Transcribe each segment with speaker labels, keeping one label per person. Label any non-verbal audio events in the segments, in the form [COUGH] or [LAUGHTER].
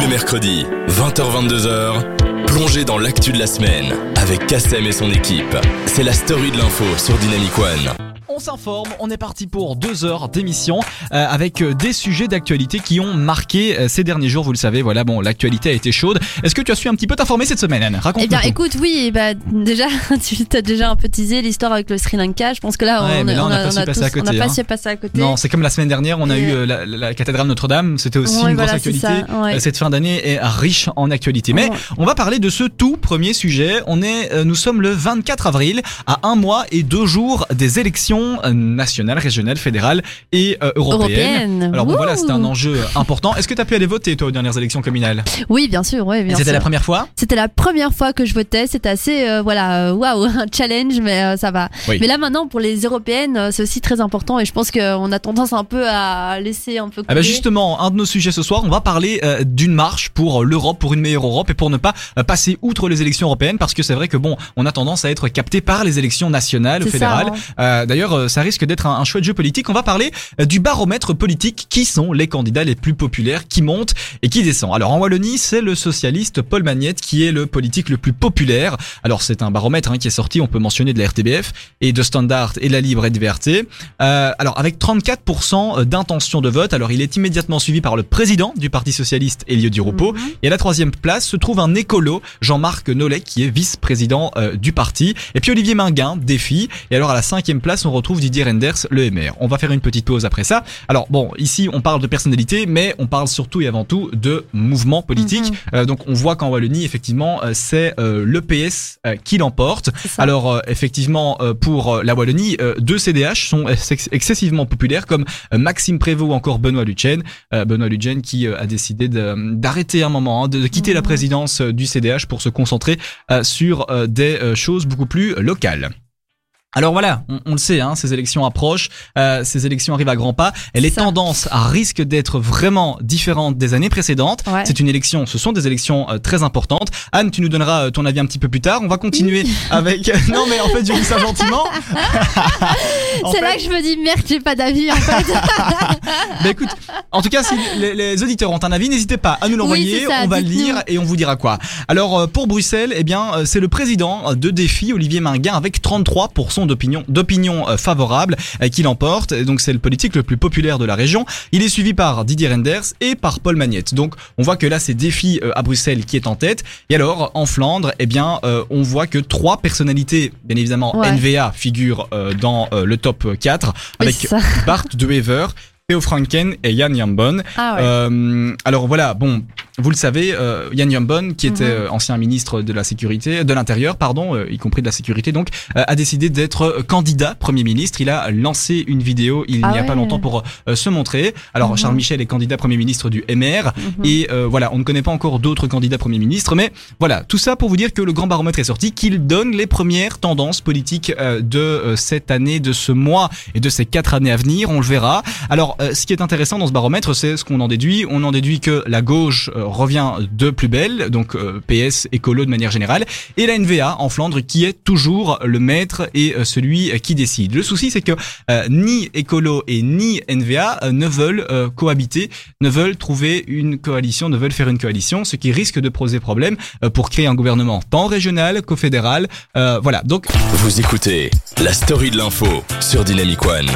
Speaker 1: le mercredi, 20h-22h, plongez dans l'actu de la semaine avec Kassem et son équipe. C'est la story de l'info sur Dynamic One.
Speaker 2: On s'informe, on est parti pour deux heures d'émission euh, avec euh, des sujets d'actualité qui ont marqué euh, ces derniers jours, vous le savez. Voilà, bon, l'actualité a été chaude. Est-ce que tu as su un petit peu t'informer cette semaine, Anne Raconte-nous.
Speaker 3: Eh bien,
Speaker 2: tout.
Speaker 3: écoute, oui, bah, déjà, [LAUGHS] tu as déjà un peu teasé l'histoire avec le Sri Lanka. Je pense que là,
Speaker 2: Ouais,
Speaker 3: on,
Speaker 2: mais là, on a pas
Speaker 3: a,
Speaker 2: su passer à
Speaker 3: tous- on a
Speaker 2: côté,
Speaker 3: pas
Speaker 2: hein.
Speaker 3: su passer à côté.
Speaker 2: Non, c'est comme la semaine dernière, on a
Speaker 3: Et,
Speaker 2: eu euh, la, la cathédrale Notre-Dame, c'était aussi
Speaker 3: Ouais,
Speaker 2: une grosse
Speaker 3: voilà, c'est
Speaker 2: actualité.
Speaker 3: ça, ouais.
Speaker 2: Euh, Cette fin d'année est riche en actualité. Mais
Speaker 3: Ouais.
Speaker 2: on va parler de ce tout premier sujet. On est, euh, nous sommes le 24 avril, à un mois et deux jours des élections euh, nationales, régionales, fédérales et euh, européennes.
Speaker 3: Européenne.
Speaker 2: Alors bon,
Speaker 3: Wouh
Speaker 2: voilà, c'était un enjeu important. Est-ce que tu as pu aller voter toi aux dernières élections communales
Speaker 3: Oui, bien sûr, oui, bien
Speaker 2: C'était
Speaker 3: sûr.
Speaker 2: la première fois
Speaker 3: C'était la première fois que je votais. C'était assez, euh, voilà, euh, waouh, [LAUGHS] un challenge, mais euh, ça va.
Speaker 2: Oui.
Speaker 3: Mais là, maintenant, pour les européennes, euh, c'est aussi très important et je pense qu'on a tendance un peu à laisser un peu.
Speaker 2: Ah bah
Speaker 3: couler.
Speaker 2: justement, un de nos sujets ce soir, on va parler euh, d'une marche pour l'Europe, pour une meilleure Europe et pour ne pas euh, passer outre les élections européennes parce que c'est vrai que bon, on a tendance à être capté par les élections nationales,
Speaker 3: C'est ça, hein.
Speaker 2: fédérales. Euh, D'ailleurs, euh, ça risque d'être un, un chouette jeu politique. On va parler euh, du baromètre politique. Qui sont les candidats les plus populaires qui montent et qui descendent Alors en Wallonie, c'est le socialiste Paul Magnette qui est le politique le plus populaire. Alors c'est un baromètre hein, qui est sorti. On peut mentionner de la RTBF et de Standard et la Libre et de VRT. Euh, alors avec 34% euh, d'intention de vote, alors il est immédiatement suivi par le président du Parti socialiste, Elio Di Rupo.
Speaker 3: Mhm.
Speaker 2: Et à la troisième place se trouve un écolo, Jean-Marc Nollet, qui est vice-président euh, du parti. Et puis Olivier Minguin, défi. Et alors à la cinquième place, on retrouve Didier Renders, le MR. On va faire une petite pause après ça. Alors bon, ici on parle de personnalité, mais on parle surtout et avant tout de mouvement politique. Euh, donc on voit qu'en Wallonie, effectivement, euh, c'est euh, le PS euh, qui l'emporte.
Speaker 3: C'est ça.
Speaker 2: Alors euh, effectivement, euh, pour euh, la Wallonie, euh, deux CDH sont ex- excessivement populaires, comme euh, Maxime Prévost ou encore Benoît Lucen. Euh, Benoît Lucen qui euh, a décidé de- d'arrêter un moment, hein, de, de quitter la
Speaker 3: Mhm.
Speaker 2: présidence euh, du CDH pour se concentrer euh, sur euh, des euh, choses beaucoup plus locales. Alors voilà, on, on le sait, hein, ces élections approchent, euh, ces élections arrivent à grands pas, et les
Speaker 3: Ça.
Speaker 2: tendances à risquent d'être vraiment différentes des années précédentes.
Speaker 3: Ouais.
Speaker 2: C'est une élection, ce sont des élections euh, très importantes. Anne, tu nous donneras euh, ton avis un petit peu plus tard. On va continuer avec... [LAUGHS] Non mais en fait, je dis ça
Speaker 3: [LAUGHS]
Speaker 2: gentiment. En
Speaker 3: C'est
Speaker 2: fait-
Speaker 3: là que je me dis merde, j'ai pas d'avis en fait.
Speaker 2: [LAUGHS] Bah écoute, en tout cas, si les, les auditeurs ont un avis, n'hésitez pas à nous l'envoyer.
Speaker 3: c'est ça,
Speaker 2: on va le
Speaker 3: dites-nous.
Speaker 2: lire et on vous dira quoi. Alors euh, pour Bruxelles, eh bien, euh, c'est le président de Défi, Olivier Minguin, avec 33% d'opinion d'opinion euh, favorable euh, qui l'emporte. Et Donc c'est le politique le plus populaire de la région. Il est suivi par Didier Renders et par Paul Magnette. Donc on voit que là, c'est Défi euh, à Bruxelles qui est en tête. Et alors en Flandre, eh bien, euh, on voit que trois personnalités, bien évidemment,
Speaker 3: Ouais.
Speaker 2: NVA figure euh, dans euh, le top 4
Speaker 3: Mais
Speaker 2: avec
Speaker 3: c'est ça.
Speaker 2: Bart de Wever, Theo Franken et Jan Jambon.
Speaker 3: Ah ouais.
Speaker 2: Euh, alors voilà, bon, vous le savez, euh, Jan Jambon,
Speaker 3: Mhm.
Speaker 2: qui était euh, ancien ministre de la sécurité, de l'intérieur, pardon, euh, y compris de la sécurité, donc, euh, a décidé d'être euh, candidat premier ministre. Il a lancé une vidéo il
Speaker 3: Ah
Speaker 2: n'y a pas
Speaker 3: ouais.
Speaker 2: longtemps pour euh, se montrer. Alors
Speaker 3: Mhm.
Speaker 2: Charles Michel est candidat premier ministre du MR.
Speaker 3: Mhm.
Speaker 2: Et euh, voilà, on ne connaît pas encore d'autres candidats Premier ministre, mais voilà, tout ça pour vous dire que le grand baromètre est sorti, qu'il donne les premières tendances politiques euh, de euh, cette année, de ce mois et de ces quatre années à venir, on le verra. Alors, euh, ce qui est intéressant dans ce baromètre, c'est ce qu'on en déduit. On en déduit que la gauche euh, revient de plus belle, donc euh, PS, écolo de manière générale, et la NVA en Flandre qui est toujours le maître et euh, celui euh, qui décide. Le souci, c'est que euh, ni écolo et ni NVA euh, ne veulent euh, cohabiter, ne veulent trouver une coalition, ne veulent faire une coalition, ce qui risque de poser problème euh, pour créer un gouvernement tant régional qu'au fédéral. Euh, voilà, donc
Speaker 1: Vous écoutez la story de l'info sur Dynamic One.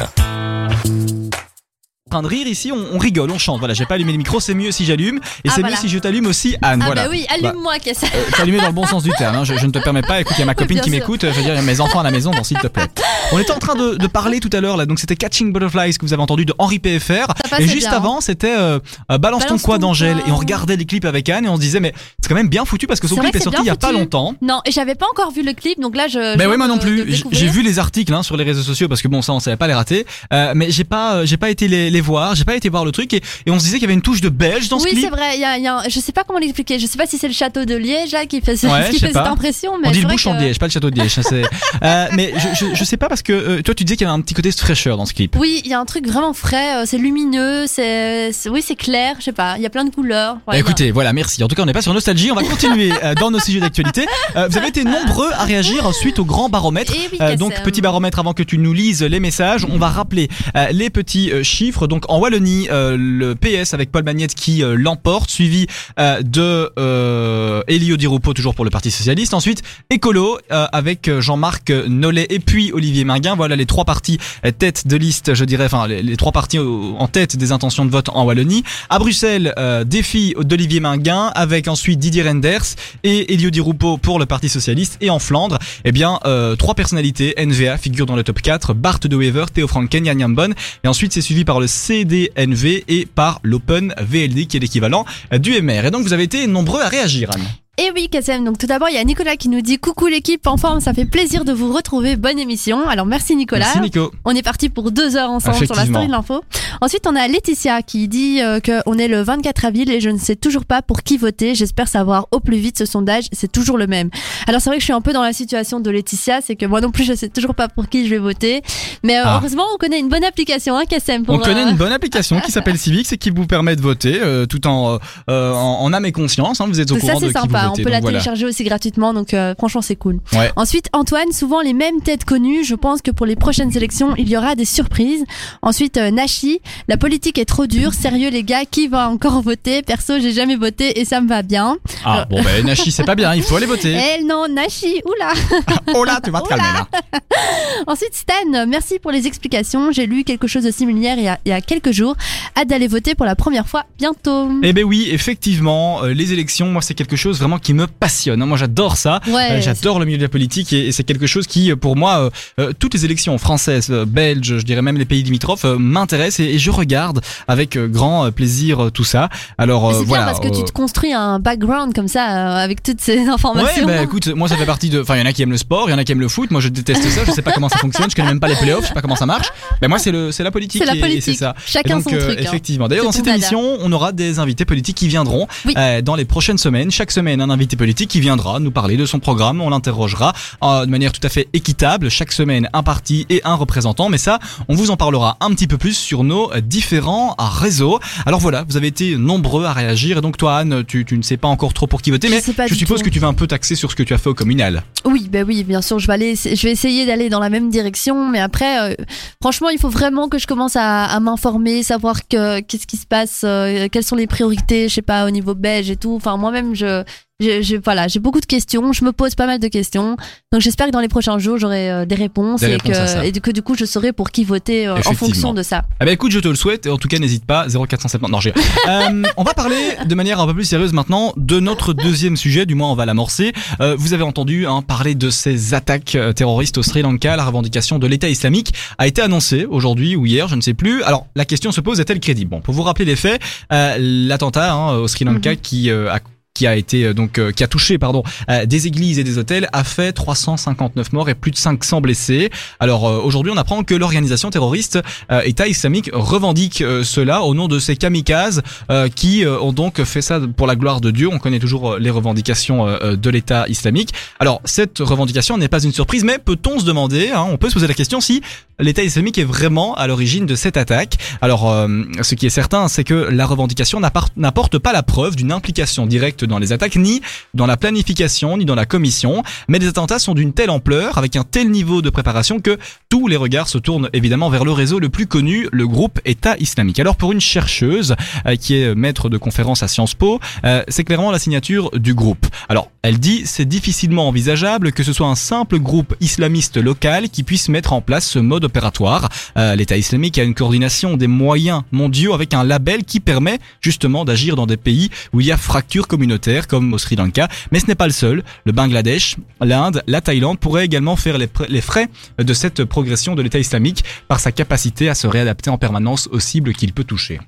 Speaker 2: en train de rire ici, on, on rigole, on chante. Voilà, j'ai pas allumé le micro, c'est mieux si j'allume, et
Speaker 3: Ah,
Speaker 2: c'est
Speaker 3: voilà.
Speaker 2: mieux si je t'allume aussi, Anne.
Speaker 3: Ah
Speaker 2: voilà.
Speaker 3: bah oui, allume-moi, qu'est-ce que ça
Speaker 2: Euh, t'allumer dans le bon sens du terme. hein. Je, je ne te permets pas. Écoute, il y a ma copine
Speaker 3: bien
Speaker 2: qui
Speaker 3: sûr.
Speaker 2: m'écoute. euh, Je veux dire, il y a mes enfants à la maison, donc s'il te plaît. On était en train de, de parler tout à l'heure là. Donc c'était Catching Butterflies que vous avez entendu de Henri PFR.
Speaker 3: passait
Speaker 2: Et juste
Speaker 3: bien, hein.
Speaker 2: avant, c'était euh, euh, Balance ton
Speaker 3: Balance
Speaker 2: quoi
Speaker 3: ton
Speaker 2: d'Angèle.
Speaker 3: quoi.
Speaker 2: Et on regardait les clips avec Anne et on se disait mais c'est quand même bien foutu parce que son
Speaker 3: C'est vrai
Speaker 2: clip est
Speaker 3: que c'est
Speaker 2: sorti il y
Speaker 3: bien
Speaker 2: a pas
Speaker 3: foutu.
Speaker 2: longtemps.
Speaker 3: Non, et j'avais pas encore vu le clip, donc là je.
Speaker 2: Ben
Speaker 3: Euh, je
Speaker 2: ouais moi non
Speaker 3: viens de- de
Speaker 2: plus. J-
Speaker 3: découvrir.
Speaker 2: J'ai vu les articles hein, sur les réseaux sociaux parce que bon ça on savait pas les rater. Euh, mais j'ai pas euh, j'ai pas été les, les voir. J'ai pas été voir le truc et, et on se disait qu'il y avait une touche de belge dans ce
Speaker 3: oui,
Speaker 2: clip.
Speaker 3: c'est vrai. il Y a, il y a un- je sais pas comment l'expliquer. Je sais pas si c'est le château de Liège là qui fait, ce-
Speaker 2: Ouais,
Speaker 3: [LAUGHS] qui
Speaker 2: je sais
Speaker 3: fait cette
Speaker 2: pas.
Speaker 3: impression. Mais
Speaker 2: On dit
Speaker 3: c'est
Speaker 2: le
Speaker 3: vrai
Speaker 2: bouchon
Speaker 3: que-
Speaker 2: de Liège, pas le château de Liège. hein, c'est- Euh, mais je, je, je sais pas parce que euh, toi tu disais qu'il y avait un petit côté fraîcheur dans ce clip.
Speaker 3: Oui, il y a un truc vraiment frais. euh, C'est lumineux. C'est c'est- oui, c'est clair. Je sais pas. Il y a plein de couleurs.
Speaker 2: Bah,
Speaker 3: Ouais, il y a-
Speaker 2: écoutez, voilà, merci. En tout cas, on n'est pas sur nostalgie, on va continuer euh, dans nos sujets d'actualité. Euh, vous avez été nombreux à réagir suite au grand baromètre.
Speaker 3: Et oui,
Speaker 2: Euh,
Speaker 3: Kassem.
Speaker 2: donc petit baromètre avant que tu nous lises les messages, on va rappeler euh, les petits euh, chiffres. Donc en Wallonie, euh, le PS avec Paul Magnette qui euh, l'emporte, suivi euh, de euh, Elio Di Rupo toujours pour le Parti socialiste. Ensuite Écolo euh, avec euh, Jean-Marc Nollet et puis Olivier Minguin. Voilà les trois partis euh, tête de liste, je dirais, enfin les, les trois partis au- en tête des intentions de vote en Wallonie. À Bruxelles, euh, défi d'Olivier Minguin avec ensuite Didier Renders et Elio Di Rupo pour le Parti socialiste. Et en Flandre, eh bien, euh, trois personnalités, NVA figure dans le top 4, Bart de Wever, Theo Franken, Yann Yambon. Et ensuite, c'est suivi par le CDNV et par l'Open VLD, qui est l'équivalent du MR. Et donc, vous avez été nombreux à réagir, Anne.
Speaker 3: Et oui, Kassem. Donc tout d'abord, il y a Nicolas qui nous dit Coucou l'équipe en forme, ça fait plaisir de vous retrouver. Bonne émission. Alors merci Nicolas.
Speaker 2: Merci, Nico.
Speaker 3: On est parti pour deux heures ensemble sur la
Speaker 2: Effectivement.
Speaker 3: story de l'info. Ensuite, on a Laetitia qui dit euh, que on est le 24 avril et je ne sais toujours pas pour qui voter. J'espère savoir au plus vite ce sondage. C'est toujours le même. Alors c'est vrai que je suis un peu dans la situation de Laetitia, c'est que moi non plus je sais toujours pas pour qui je vais voter. Mais euh,
Speaker 2: Ah.
Speaker 3: heureusement, on connaît une bonne application, hein, Kassem. Pour,
Speaker 2: On connaît
Speaker 3: euh,
Speaker 2: une bonne application qui
Speaker 3: [LAUGHS]
Speaker 2: s'appelle Civics et qui vous permet de voter euh, tout en, euh, euh, en, en âme et conscience. hein. vous êtes au
Speaker 3: Donc ça
Speaker 2: courant de
Speaker 3: c'est
Speaker 2: qui
Speaker 3: sympa,
Speaker 2: vous
Speaker 3: on
Speaker 2: votez.
Speaker 3: peut la
Speaker 2: Donc, voilà.
Speaker 3: télécharger aussi gratuitement, donc euh, franchement c'est cool.
Speaker 2: Ouais.
Speaker 3: Ensuite Antoine, souvent les mêmes têtes connues, je pense que pour les prochaines élections il y aura des surprises. Ensuite euh, Nashi, la politique est trop dure, sérieux les gars, qui va encore [LAUGHS] voter Perso j'ai jamais voté et ça me va bien.
Speaker 2: Ah, bon, ben, Nachi, c'est pas bien, il faut aller voter.
Speaker 3: [LAUGHS] Elle non Nashi, oula [LAUGHS]
Speaker 2: Oh là, tu vas te calmer là.
Speaker 3: Ensuite Stan, euh, merci pour les explications, j'ai lu quelque chose de similaire il y a, il y a quelques jours, hâte d'aller voter pour la première fois bientôt.
Speaker 2: Eh ben oui, effectivement, euh, les élections, moi, c'est quelque chose vraiment qui me passionne. hein. Moi, j'adore ça. Euh,
Speaker 3: Ouais,
Speaker 2: J'adore le milieu de la politique et, et c'est quelque chose qui, euh, pour moi, euh, euh, toutes les élections françaises, euh, belges, je dirais même les pays limitrophes, euh, m'intéressent et, et je regarde avec euh, grand euh, plaisir euh, tout ça. Alors
Speaker 3: c'est
Speaker 2: euh,
Speaker 3: bien
Speaker 2: voilà.
Speaker 3: parce que tu
Speaker 2: euh,
Speaker 3: te construis un background comme ça euh, avec toutes ces [LAUGHS] informations.
Speaker 2: Ouais, bah écoute, moi ça fait partie de. Enfin, il y en a qui aiment le sport, il y en a qui aiment le foot. Moi je déteste ça, je sais pas comment ça fonctionne, je connais même pas les playoffs, je sais pas comment ça marche. Mais moi c'est le, c'est la politique.
Speaker 3: C'est la
Speaker 2: et- Et,
Speaker 3: politique.
Speaker 2: c'est ça. Et
Speaker 3: Chacun
Speaker 2: donc,
Speaker 3: son
Speaker 2: euh,
Speaker 3: truc. hein.
Speaker 2: effectivement. D'ailleurs, dans
Speaker 3: C'est
Speaker 2: cette
Speaker 3: ton dada.
Speaker 2: émission, on aura des invités politiques qui viendront
Speaker 3: Oui.
Speaker 2: euh, dans les prochaines semaines. Chaque semaine, un invité politique qui viendra nous parler de son programme. On l'interrogera euh, de manière tout à fait équitable. Chaque semaine, un parti et un représentant. Mais ça, on vous en parlera un petit peu plus sur nos euh, différents euh, réseaux. Alors voilà, vous avez été nombreux à réagir. Et donc, toi, Anne, tu, tu ne sais pas encore trop pour qui voter,
Speaker 3: Je
Speaker 2: mais
Speaker 3: sais pas
Speaker 2: je
Speaker 3: du
Speaker 2: suppose
Speaker 3: tout.
Speaker 2: que tu vas un peu taxer sur ce que tu as fait au communal.
Speaker 3: Oui, bah oui, bien sûr, je vais aller, je vais essayer d'aller dans la même direction, mais après, euh, franchement, il faut vraiment que je commence à, à m'informer, savoir que qu'est-ce qui se passe, euh, quelles sont les priorités, je sais pas, au niveau belge et tout. Enfin, moi-même, je, je, je- voilà, j'ai beaucoup de questions, je me pose pas mal de questions, donc j'espère que dans les prochains jours, j'aurai euh, des réponses,
Speaker 2: Des
Speaker 3: et,
Speaker 2: réponses à
Speaker 3: que,
Speaker 2: ça.
Speaker 3: et que du coup, je saurai pour qui voter euh, en
Speaker 2: Effectivement.
Speaker 3: fonction de ça.
Speaker 2: Ah bah écoute, je te le souhaite. En tout cas, n'hésite pas. 0470. Non, j'ai. Euh, on va parler de manière un peu plus sérieuse maintenant de notre deuxième sujet. Du moins, on va l'amorcer. Euh, vous avez entendu hein, parler de ces attaques euh, terroristes au Sri Lanka. La revendication de l'État islamique a été annoncée aujourd'hui ou hier, je ne sais plus. Alors, la question se pose est-elle crédible Bon, pour vous rappeler les faits, euh, l'attentat hein, au Sri Lanka qui euh, a qui a été euh, donc euh, qui a touché pardon euh, des églises et des hôtels a fait 359 morts et plus de 500 blessés. Alors euh, aujourd'hui, on apprend que l'organisation terroriste euh, État islamique revendique euh, cela au nom de ces kamikazes euh, qui euh, ont donc fait ça pour la gloire de Dieu. On connaît toujours euh, les revendications euh, euh, de l'État islamique. Alors cette revendication n'est pas une surprise, mais peut-on se demander, hein, on peut se poser la question si l'État islamique est vraiment à l'origine de cette attaque. Alors euh, ce qui est certain, c'est que la revendication n'appar- n'apporte pas la preuve d'une implication directe dans les attaques, ni dans la planification, ni dans la commission. Mais les attentats sont d'une telle ampleur, avec un tel niveau de préparation que tous les regards se tournent évidemment vers le réseau le plus connu, le groupe État islamique. Alors pour une chercheuse euh, qui est maître de conférence à Sciences Po, euh, c'est clairement la signature du groupe. Alors elle dit c'est difficilement envisageable que ce soit un simple groupe islamiste local qui puisse mettre en place ce mode opératoire. Euh, L'État islamique a une coordination des moyens mondiaux avec un label qui permet justement d'agir dans des pays où il y a fracture communautaire comme au Sri Lanka. Mais ce n'est pas le seul. Le Bangladesh, l'Inde, la Thaïlande pourraient également faire les pr- les frais de cette progression de l'État islamique par sa capacité à se réadapter en permanence aux cibles qu'il peut toucher.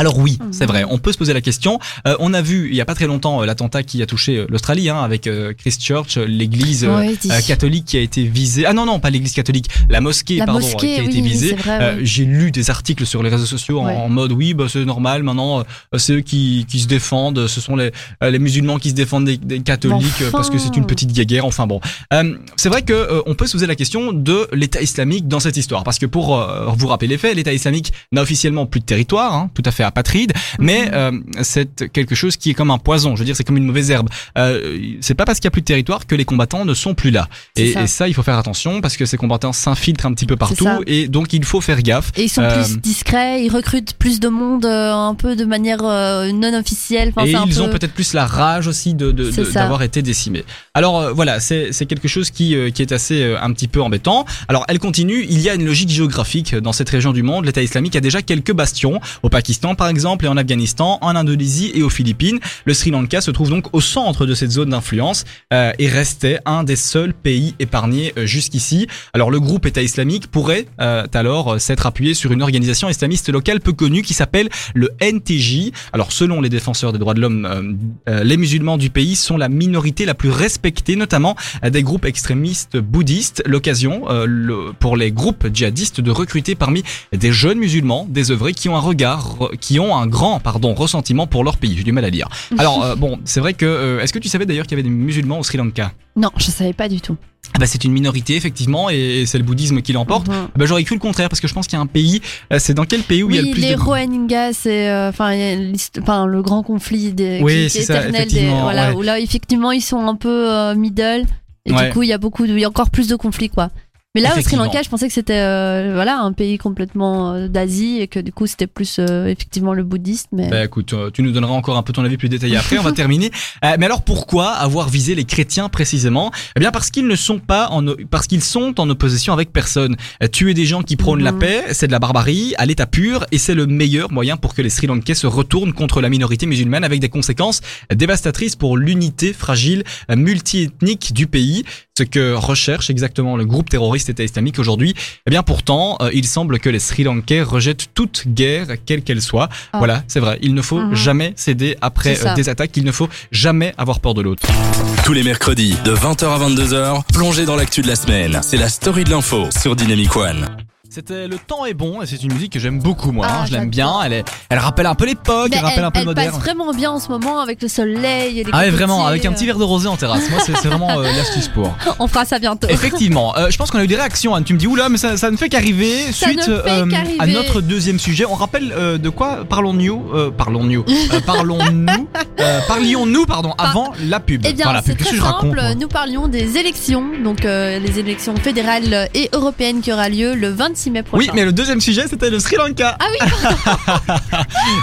Speaker 2: Alors oui, c'est vrai, on peut se poser la question. Euh, on a vu il y a pas très longtemps euh, l'attentat qui a touché euh, l'Australie hein, avec euh, Christchurch, euh, l'église euh,
Speaker 3: Ouais, dis-
Speaker 2: euh, catholique qui a été visée. Ah non non, pas l'église catholique, la mosquée
Speaker 3: la
Speaker 2: pardon euh,
Speaker 3: mosquée,
Speaker 2: qui a
Speaker 3: oui,
Speaker 2: été
Speaker 3: oui,
Speaker 2: visée.
Speaker 3: c'est vrai.
Speaker 2: Euh,
Speaker 3: oui.
Speaker 2: J'ai lu des articles sur les réseaux sociaux en,
Speaker 3: Ouais.
Speaker 2: en mode oui, bah, c'est normal, maintenant euh, c'est eux qui, qui se défendent, ce sont les, euh, les musulmans qui se défendent des, des catholiques
Speaker 3: Mais
Speaker 2: euh, parce que c'est une
Speaker 3: enfin.
Speaker 2: petite guéguerre, enfin bon. Euh, c'est vrai que euh, on peut se poser la question de l'État islamique dans cette histoire, parce que pour euh, vous rappeler les faits, l'État islamique n'a officiellement plus de territoire, hein, tout à fait à apatride, mais euh, c'est quelque chose qui est comme un poison. Je veux dire, c'est comme une mauvaise herbe. Euh, c'est pas parce qu'il y a plus de territoire que les combattants ne sont plus là.
Speaker 3: C'est
Speaker 2: Et et
Speaker 3: ça.
Speaker 2: ça. il faut faire attention parce que ces combattants s'infiltrent un petit peu partout
Speaker 3: ça.
Speaker 2: et donc il faut faire gaffe.
Speaker 3: Et ils sont
Speaker 2: Euh,
Speaker 3: plus discrets, ils recrutent plus de monde euh, un peu de manière euh, non officielle. Enfin,
Speaker 2: et
Speaker 3: c'est un
Speaker 2: ils
Speaker 3: peu-
Speaker 2: ont peut-être plus la rage aussi de, de-
Speaker 3: C'est
Speaker 2: de-
Speaker 3: ça.
Speaker 2: d'avoir été décimés. Alors euh, voilà, c'est, c'est quelque chose qui, euh, qui est assez euh, un petit peu embêtant. Alors elle continue, il y a une logique géographique dans cette région du monde. L'État islamique a déjà quelques bastions, au Pakistan par exemple, et en Afghanistan, en Indonésie et aux Philippines. Le Sri Lanka se trouve donc au centre de cette zone d'influence euh, et restait un des seuls pays épargnés euh, jusqu'ici. Alors le groupe État islamique pourrait euh, alors euh, s'être appuyé sur une organisation islamiste locale peu connue qui s'appelle le NTJ. Alors selon les défenseurs des droits de l'homme, euh, euh, les musulmans du pays sont la minorité la plus respectée, notamment à des groupes extrémistes bouddhistes. L'occasion euh, le- pour les groupes djihadistes de recruter parmi des jeunes musulmans désœuvrés qui ont un regard, qui ont un grand pardon ressentiment pour leur pays. J'ai du mal à lire. Alors euh, bon, c'est vrai que euh, est-ce que tu savais d'ailleurs qu'il y avait des musulmans au Sri Lanka
Speaker 3: Non, je savais pas du tout.
Speaker 2: Ah bah, c'est une minorité effectivement et c'est le bouddhisme qui l'emporte.
Speaker 3: Mhm.
Speaker 2: Bah, j'aurais cru le contraire parce que je pense qu'il y a un pays. euh, C'est dans quel pays où il y a le
Speaker 3: Oui,
Speaker 2: plus
Speaker 3: les
Speaker 2: de
Speaker 3: Rohingyas, c'est euh, enfin il y a l'hist- enfin, le grand conflit des,
Speaker 2: Oui,
Speaker 3: qui, qui
Speaker 2: c'est
Speaker 3: est
Speaker 2: ça,
Speaker 3: éternel. des-
Speaker 2: effectivement,
Speaker 3: voilà,
Speaker 2: ouais.
Speaker 3: Où là, effectivement, ils sont un peu euh, middle. Et
Speaker 2: Ouais.
Speaker 3: du coup, il y a beaucoup, de- il y a encore plus de conflits, quoi. Mais là, au Sri
Speaker 2: Effectivement.
Speaker 3: Lanka, je pensais que c'était euh, voilà un pays complètement euh, d'Asie et que du coup, c'était plus euh, effectivement le bouddhiste. Mais
Speaker 2: Bah écoute, euh, tu nous donneras encore un peu ton avis plus détaillé après, on
Speaker 3: [LAUGHS]
Speaker 2: va terminer. Euh, mais alors pourquoi avoir visé les chrétiens précisément Eh bien parce qu'ils ne sont pas en parce qu'ils sont en opposition avec personne. Euh, Tuer des gens qui prônent la
Speaker 3: Mhm.
Speaker 2: paix, c'est de la barbarie à l'état pur et c'est le meilleur moyen pour que les Sri Lankais se retournent contre la minorité musulmane avec des conséquences dévastatrices pour l'unité fragile euh, multiethnique du pays, ce que recherche exactement le groupe terroriste État islamique aujourd'hui. Eh bien pourtant, euh, il semble que les Sri Lankais rejettent toute guerre quelle qu'elle soit.
Speaker 3: Ah.
Speaker 2: Voilà, c'est vrai. Il ne faut
Speaker 3: Mhm.
Speaker 2: jamais céder après
Speaker 3: C'est ça.
Speaker 2: euh, des attaques. Il ne faut jamais avoir peur de l'autre.
Speaker 1: Tous les mercredis de 20h à 22h, plongez dans l'actu de la semaine. C'est la story de l'info sur Dynamic One.
Speaker 2: C'était Le temps est bon et c'est une musique que j'aime beaucoup, moi.
Speaker 3: Ah,
Speaker 2: hein. Je l'aime bien.
Speaker 3: j'adore.
Speaker 2: Elle, est- elle rappelle un peu l'époque,
Speaker 3: Mais
Speaker 2: elle rappelle
Speaker 3: elle,
Speaker 2: un peu le
Speaker 3: elle
Speaker 2: moderne.
Speaker 3: passe vraiment bien en ce moment avec le soleil et les
Speaker 2: Ah ouais, vraiment,
Speaker 3: cocotiers,
Speaker 2: avec un
Speaker 3: euh,
Speaker 2: petit verre de rosé en terrasse. Moi, c'est c'est
Speaker 3: [LAUGHS]
Speaker 2: vraiment euh, l'astuce pour.
Speaker 3: On fera ça bientôt.
Speaker 2: Effectivement, euh, je pense qu'on a eu des réactions. Anne. Tu me dis, oula, mais ça, ça ne fait qu'arriver.
Speaker 3: Ça
Speaker 2: Suite euh,
Speaker 3: ne fait qu'arriver.
Speaker 2: à notre deuxième sujet, on rappelle euh, de quoi parlons-nous euh, Parlons-nous Euh,
Speaker 3: [LAUGHS]
Speaker 2: Parlons-nous euh, Parlions-nous, pardon, avant la pub.
Speaker 3: Eh bien,
Speaker 2: Enfin, la pub.
Speaker 3: c'est
Speaker 2: Qu'est-ce que
Speaker 3: très
Speaker 2: je
Speaker 3: simple.
Speaker 2: raconte, moi
Speaker 3: Nous parlions des élections, donc euh, les élections fédérales et européennes qui aura lieu le 26 mai prochain.
Speaker 2: Oui, mais le deuxième sujet, c'était le Sri Lanka.
Speaker 3: Ah oui,
Speaker 2: [LAUGHS]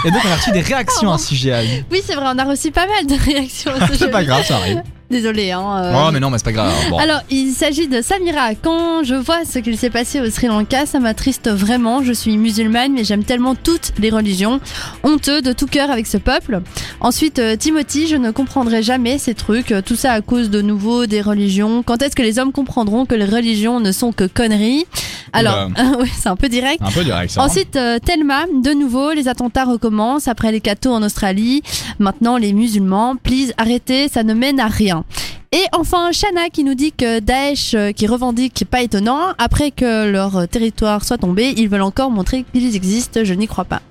Speaker 2: Et donc, on a reçu des réactions à ce sujet. Anne.
Speaker 3: oui, c'est vrai, on a reçu pas mal de [LAUGHS] réactions. à ce
Speaker 2: Ah, C'est
Speaker 3: jeu.
Speaker 2: pas grave, ça arrive.
Speaker 3: Désolé. Hein, euh,
Speaker 2: Oh, mais non, mais c'est pas grave. Bon.
Speaker 3: Alors, il s'agit de Samira. Quand je vois ce qu'il s'est passé au Sri Lanka, ça m'attriste vraiment. Je suis musulmane, mais j'aime tellement toutes les religions. Honteux de tout cœur avec ce peuple. Ensuite, euh, Timothy, je ne comprendrai jamais ces trucs. Euh, Tout ça à cause de nouveau des religions. Quand est-ce que les hommes comprendront que les religions ne sont que conneries Alors, [LAUGHS] oui, c'est un peu direct.
Speaker 2: Un peu direct, ça.
Speaker 3: Ensuite, euh, Thelma, de nouveau, les attentats recommencent après les cathos en Australie. Maintenant, les musulmans, please arrêtez, ça ne mène à rien. Et enfin, Shana qui nous dit que Daesh, euh, qui revendique, pas étonnant, après que leur euh, territoire soit tombé, ils veulent encore montrer qu'ils existent, je n'y crois pas.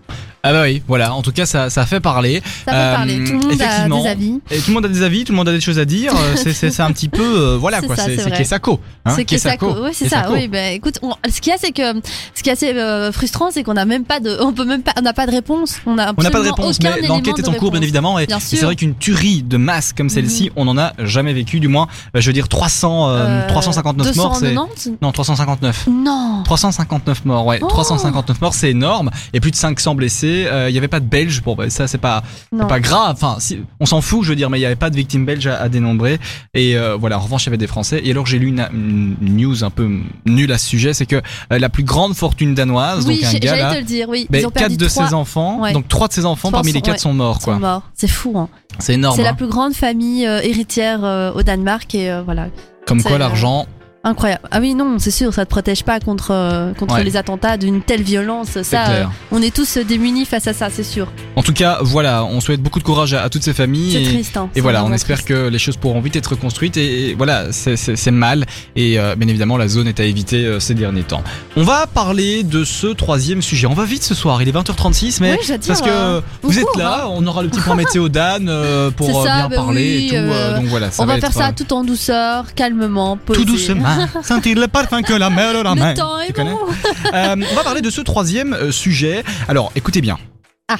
Speaker 2: Ah, bah oui, voilà. En tout cas, ça, ça fait parler.
Speaker 3: Ça fait
Speaker 2: Euh,
Speaker 3: parler, tout le monde a
Speaker 2: effectivement.
Speaker 3: des avis.
Speaker 2: Et tout le monde a des avis, tout le monde a des choses à dire. Euh, C'est c'est- c'est un petit peu. euh, voilà,
Speaker 3: [LAUGHS] C'est
Speaker 2: quoi.
Speaker 3: ça,
Speaker 2: C'est
Speaker 3: c'est
Speaker 2: c'est
Speaker 3: vrai.
Speaker 2: Kessako. hein,
Speaker 3: c'est que ça, co- ouais, c'est ça.
Speaker 2: Kessako.
Speaker 3: Oui, bah, écoute, on- ce qu'il y a, c'est que ce qui est assez euh, frustrant, c'est qu'on n'a même pas de, on peut même pas, on n'a pas de réponse. On n'a
Speaker 2: On n'a pas de
Speaker 3: absolument
Speaker 2: réponse,
Speaker 3: aucun
Speaker 2: mais
Speaker 3: élément
Speaker 2: l'enquête
Speaker 3: de
Speaker 2: est en cours, bien
Speaker 3: réponse.
Speaker 2: évidemment. Et
Speaker 3: Bien
Speaker 2: et
Speaker 3: sûr. Mhm.
Speaker 2: c'est vrai qu'une tuerie de masse comme celle-ci, on n'en a jamais vécu. Du moins, euh, je veux dire, 300, euh,
Speaker 3: Euh,
Speaker 2: 359 morts, c'est.
Speaker 3: 290?
Speaker 2: Non, 359.
Speaker 3: Non.
Speaker 2: 359 morts, ouais.
Speaker 3: Oh
Speaker 2: 359 morts, c'est énorme. Et plus de 500 blessés. Euh, Il y n'y avait pas de Belges. Bon, bah, ça, c'est pas, c'est
Speaker 3: Non.
Speaker 2: pas grave. Enfin, si- on s'en fout, je veux dire, mais il n'y avait pas de victimes belges à, à dénombrer. Et euh, voilà, en revanche, il y avait des Français. Et alors, j'ai lu une, une news un peu nulle à ce sujet. C'est que euh, la plus grande fortune danoise,
Speaker 3: Oui,
Speaker 2: donc un
Speaker 3: j'ai-
Speaker 2: gars
Speaker 3: j'allais te
Speaker 2: là.
Speaker 3: le dire, oui.
Speaker 2: ben,
Speaker 3: ils ont
Speaker 2: quatre
Speaker 3: perdu
Speaker 2: de
Speaker 3: trois
Speaker 2: ses enfants,
Speaker 3: ouais.
Speaker 2: donc trois de ses enfants
Speaker 3: Trois
Speaker 2: parmi les
Speaker 3: sont-
Speaker 2: quatre
Speaker 3: ouais.
Speaker 2: sont morts,
Speaker 3: sont
Speaker 2: quoi.
Speaker 3: morts. C'est fou, hein.
Speaker 2: C'est énorme.
Speaker 3: C'est la
Speaker 2: hein.
Speaker 3: plus grande famille euh, héritière euh, au Danemark et euh, voilà.
Speaker 2: Comme quoi,
Speaker 3: c'est-
Speaker 2: l'argent.
Speaker 3: Incroyable. Ah oui, non, c'est sûr, ça te protège pas contre, euh, contre
Speaker 2: Ouais.
Speaker 3: les attentats d'une telle violence.
Speaker 2: C'est
Speaker 3: Ça,
Speaker 2: clair.
Speaker 3: euh, on est tous euh, démunis face à ça, c'est sûr.
Speaker 2: En tout cas, voilà, on souhaite beaucoup de courage à, à toutes ces familles.
Speaker 3: C'est
Speaker 2: et-
Speaker 3: triste, hein.
Speaker 2: Et
Speaker 3: C'est
Speaker 2: voilà, on
Speaker 3: vraiment
Speaker 2: espère
Speaker 3: triste.
Speaker 2: que les choses pourront vite être reconstruites et, et voilà, c'est- c'est c'est mal et euh, bien évidemment la zone est à éviter euh, ces derniers temps. On va parler de ce troisième sujet. On va vite ce soir, il est 20h36 mais
Speaker 3: Oui, je veux dire,
Speaker 2: parce que
Speaker 3: euh, on
Speaker 2: vous êtes
Speaker 3: court,
Speaker 2: là, on aura le petit
Speaker 3: [LAUGHS]
Speaker 2: point météo d'Anne euh, pour
Speaker 3: C'est
Speaker 2: euh,
Speaker 3: ça,
Speaker 2: bien
Speaker 3: bah
Speaker 2: parler
Speaker 3: oui,
Speaker 2: et tout. euh,
Speaker 3: euh,
Speaker 2: donc voilà, ça
Speaker 3: on va,
Speaker 2: va
Speaker 3: faire
Speaker 2: être,
Speaker 3: ça
Speaker 2: euh,
Speaker 3: tout en douceur, calmement, posé.
Speaker 2: tout
Speaker 3: [LAUGHS]
Speaker 2: doucement. Sentir le parfum que la mer leur
Speaker 3: Le
Speaker 2: amène.
Speaker 3: temps est
Speaker 2: [LAUGHS] Tu connais
Speaker 3: bon.
Speaker 2: Euh, on va parler de ce troisième euh, sujet. Alors, écoutez bien.
Speaker 3: Ah.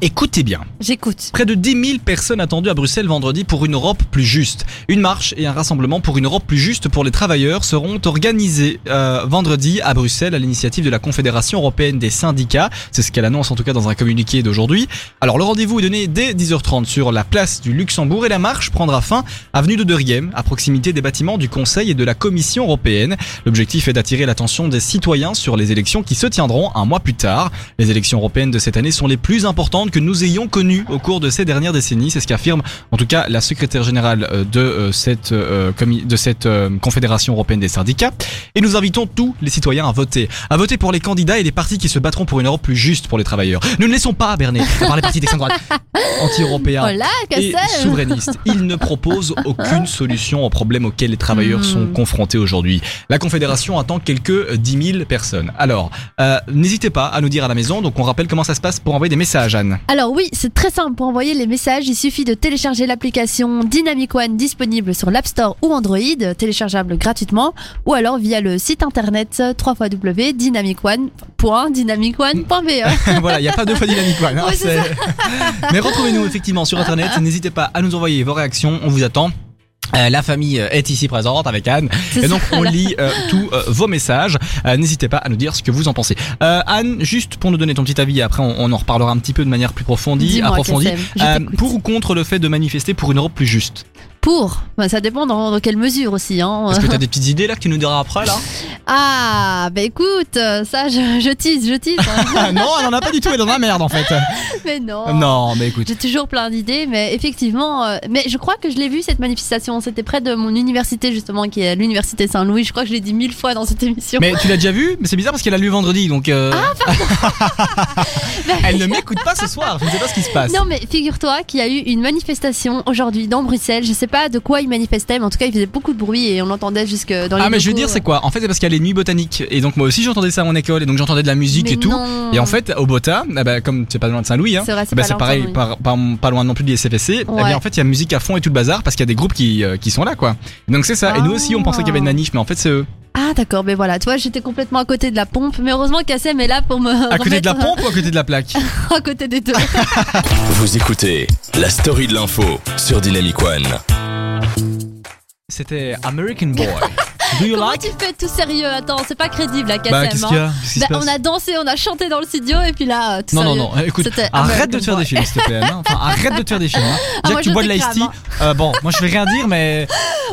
Speaker 2: Écoutez bien.
Speaker 3: J'écoute.
Speaker 2: Près de 10 000 personnes attendues à Bruxelles vendredi pour une Europe plus juste. Une marche et un rassemblement pour une Europe plus juste pour les travailleurs seront organisés euh, vendredi à Bruxelles à l'initiative de la Confédération européenne des syndicats. C'est ce qu'elle annonce en tout cas dans un communiqué d'aujourd'hui. Alors le rendez-vous est donné dès 10h30 sur la place du Luxembourg et la marche prendra fin avenue de Deriem, à proximité des bâtiments du Conseil et de la Commission européenne. L'objectif est d'attirer l'attention des citoyens sur les élections qui se tiendront un mois plus tard. Les élections européennes de cette année sont les plus importantes que nous ayons connues au cours de ces dernières décennies. C'est ce qu'affirme en tout cas la secrétaire générale euh, de euh, cette, euh, commi- de cette euh, Confédération européenne des syndicats. Et nous invitons tous les citoyens à voter. À voter pour les candidats et les partis qui se battront pour une Europe plus juste pour les travailleurs. Nous ne laissons pas berner par les partis d'extrême droite anti-européens
Speaker 3: Voilà,
Speaker 2: et
Speaker 3: Kassem
Speaker 2: souverainiste. Il ne propose
Speaker 3: [LAUGHS]
Speaker 2: aucune solution aux problèmes auxquels les travailleurs
Speaker 3: Hmm.
Speaker 2: sont confrontés aujourd'hui. La Confédération attend quelques 10 000 personnes. Alors, euh, n'hésitez pas à nous dire à la maison. Donc, on rappelle comment ça se passe pour envoyer des messages, Anne. [LAUGHS]
Speaker 3: Alors oui, c'est très simple pour envoyer les messages. Il suffit de télécharger l'application Dynamic One disponible sur l'App Store ou Android, téléchargeable gratuitement, ou alors via le site internet www.dynamicone.dynamicone.be.
Speaker 2: voilà, il n'y a pas deux fois dynamique, quoi.
Speaker 3: Oui, c'est
Speaker 2: [LAUGHS] Mais retrouvez-nous effectivement sur Internet. N'hésitez pas à nous envoyer vos réactions. On vous attend. Euh, la famille est ici présente avec Anne. [LAUGHS]
Speaker 3: C'est
Speaker 2: Et donc
Speaker 3: ça.
Speaker 2: on lit euh, tous euh, vos messages. Euh, N'hésitez pas à nous dire ce que vous en pensez. Euh, Anne, juste pour nous donner ton petit avis, et après on, on en reparlera un petit peu de manière plus approfondie.
Speaker 3: Dis-moi,
Speaker 2: approfondie. Euh,
Speaker 3: KSM, je t'écoute.
Speaker 2: pour ou contre le fait de manifester pour une Europe plus juste
Speaker 3: Pour, ben, ça dépend dans, dans quelle mesure aussi.
Speaker 2: [LAUGHS]
Speaker 3: Hein.
Speaker 2: Est-ce que t'as des petites idées là que tu nous diras après
Speaker 3: [LAUGHS]
Speaker 2: là
Speaker 3: Ah, bah écoute, euh, ça je, je tease, je
Speaker 2: [LAUGHS]
Speaker 3: tease. hein.
Speaker 2: Ah, Non, elle en a pas du tout, elle est dans la merde en fait.
Speaker 3: mais non.
Speaker 2: Non, mais écoute.
Speaker 3: J'ai toujours plein d'idées, mais effectivement, euh, mais je crois que je l'ai vu cette manifestation. C'était près de mon université justement, qui est l'université Saint-Louis. Je crois que je l'ai dit mille fois dans cette émission.
Speaker 2: Mais tu l'as déjà vu Mais c'est bizarre parce qu'elle a lu vendredi donc. euh,
Speaker 3: Ah,
Speaker 2: [LAUGHS] elle ne m'écoute pas ce soir, je ne sais pas ce qui se passe.
Speaker 3: Non mais figure-toi qu'il y a eu une manifestation aujourd'hui dans Bruxelles. Je sais pas de quoi ils manifestaient, mais en tout cas ils faisaient beaucoup de bruit et on l'entendait jusque dans les.
Speaker 2: Ah mais je veux
Speaker 3: locaux.
Speaker 2: dire c'est quoi En fait c'est parce qu'il y a les nuits botaniques et donc moi aussi j'entendais ça à mon école et donc j'entendais de la musique
Speaker 3: Mais
Speaker 2: et tout.
Speaker 3: non.
Speaker 2: Et en fait, au Bota, ah bah, comme c'est pas loin de Saint-Louis, hein,
Speaker 3: Mm. C'est vrai, c'est
Speaker 2: bah,
Speaker 3: pas
Speaker 2: c'est
Speaker 3: loin de
Speaker 2: pareil,
Speaker 3: Saint-Louis.
Speaker 2: par- par- pas loin non plus du SFSC.
Speaker 3: Ouais.
Speaker 2: Eh bien, en fait, il y a musique à fond et tout le bazar parce qu'il y a des groupes qui, euh, qui sont là, quoi. Et donc c'est ça. Et nous aussi, on pensait qu'il y avait une manif, mais en fait, c'est eux.
Speaker 3: Ah d'accord, mais voilà, tu vois, j'étais complètement à côté de la pompe, mais heureusement Kassem est là pour me
Speaker 2: À côté de la Ah,
Speaker 3: remettre
Speaker 2: pompe ou à côté de la plaque
Speaker 3: [LAUGHS] à côté des deux.
Speaker 1: Vous écoutez la story de l'info sur Dynamic One.
Speaker 2: C'était American Boy. Do you
Speaker 3: [LAUGHS] Comment
Speaker 2: like
Speaker 3: tu fais tout sérieux Attends, c'est pas crédible la Kassem.
Speaker 2: Bah, qu'est-ce
Speaker 3: hein.
Speaker 2: qu'il y a Qu'est-ce qui se
Speaker 3: Bah,
Speaker 2: passe
Speaker 3: on a dansé, on a chanté dans le studio et puis là, euh, tout
Speaker 2: Non, non,
Speaker 3: sérieux.
Speaker 2: non, eh, écoute,
Speaker 3: C'était
Speaker 2: arrête
Speaker 3: American
Speaker 2: de te faire
Speaker 3: Boy. Ah,
Speaker 2: des films, s'il te plaît. hein. Enfin, arrête de te faire des films. hein. Déjà
Speaker 3: moi,
Speaker 2: que tu
Speaker 3: je
Speaker 2: bois de
Speaker 3: t'écrase,
Speaker 2: l'ice tea.
Speaker 3: hein.
Speaker 2: euh, bon, moi je vais rien dire, mais.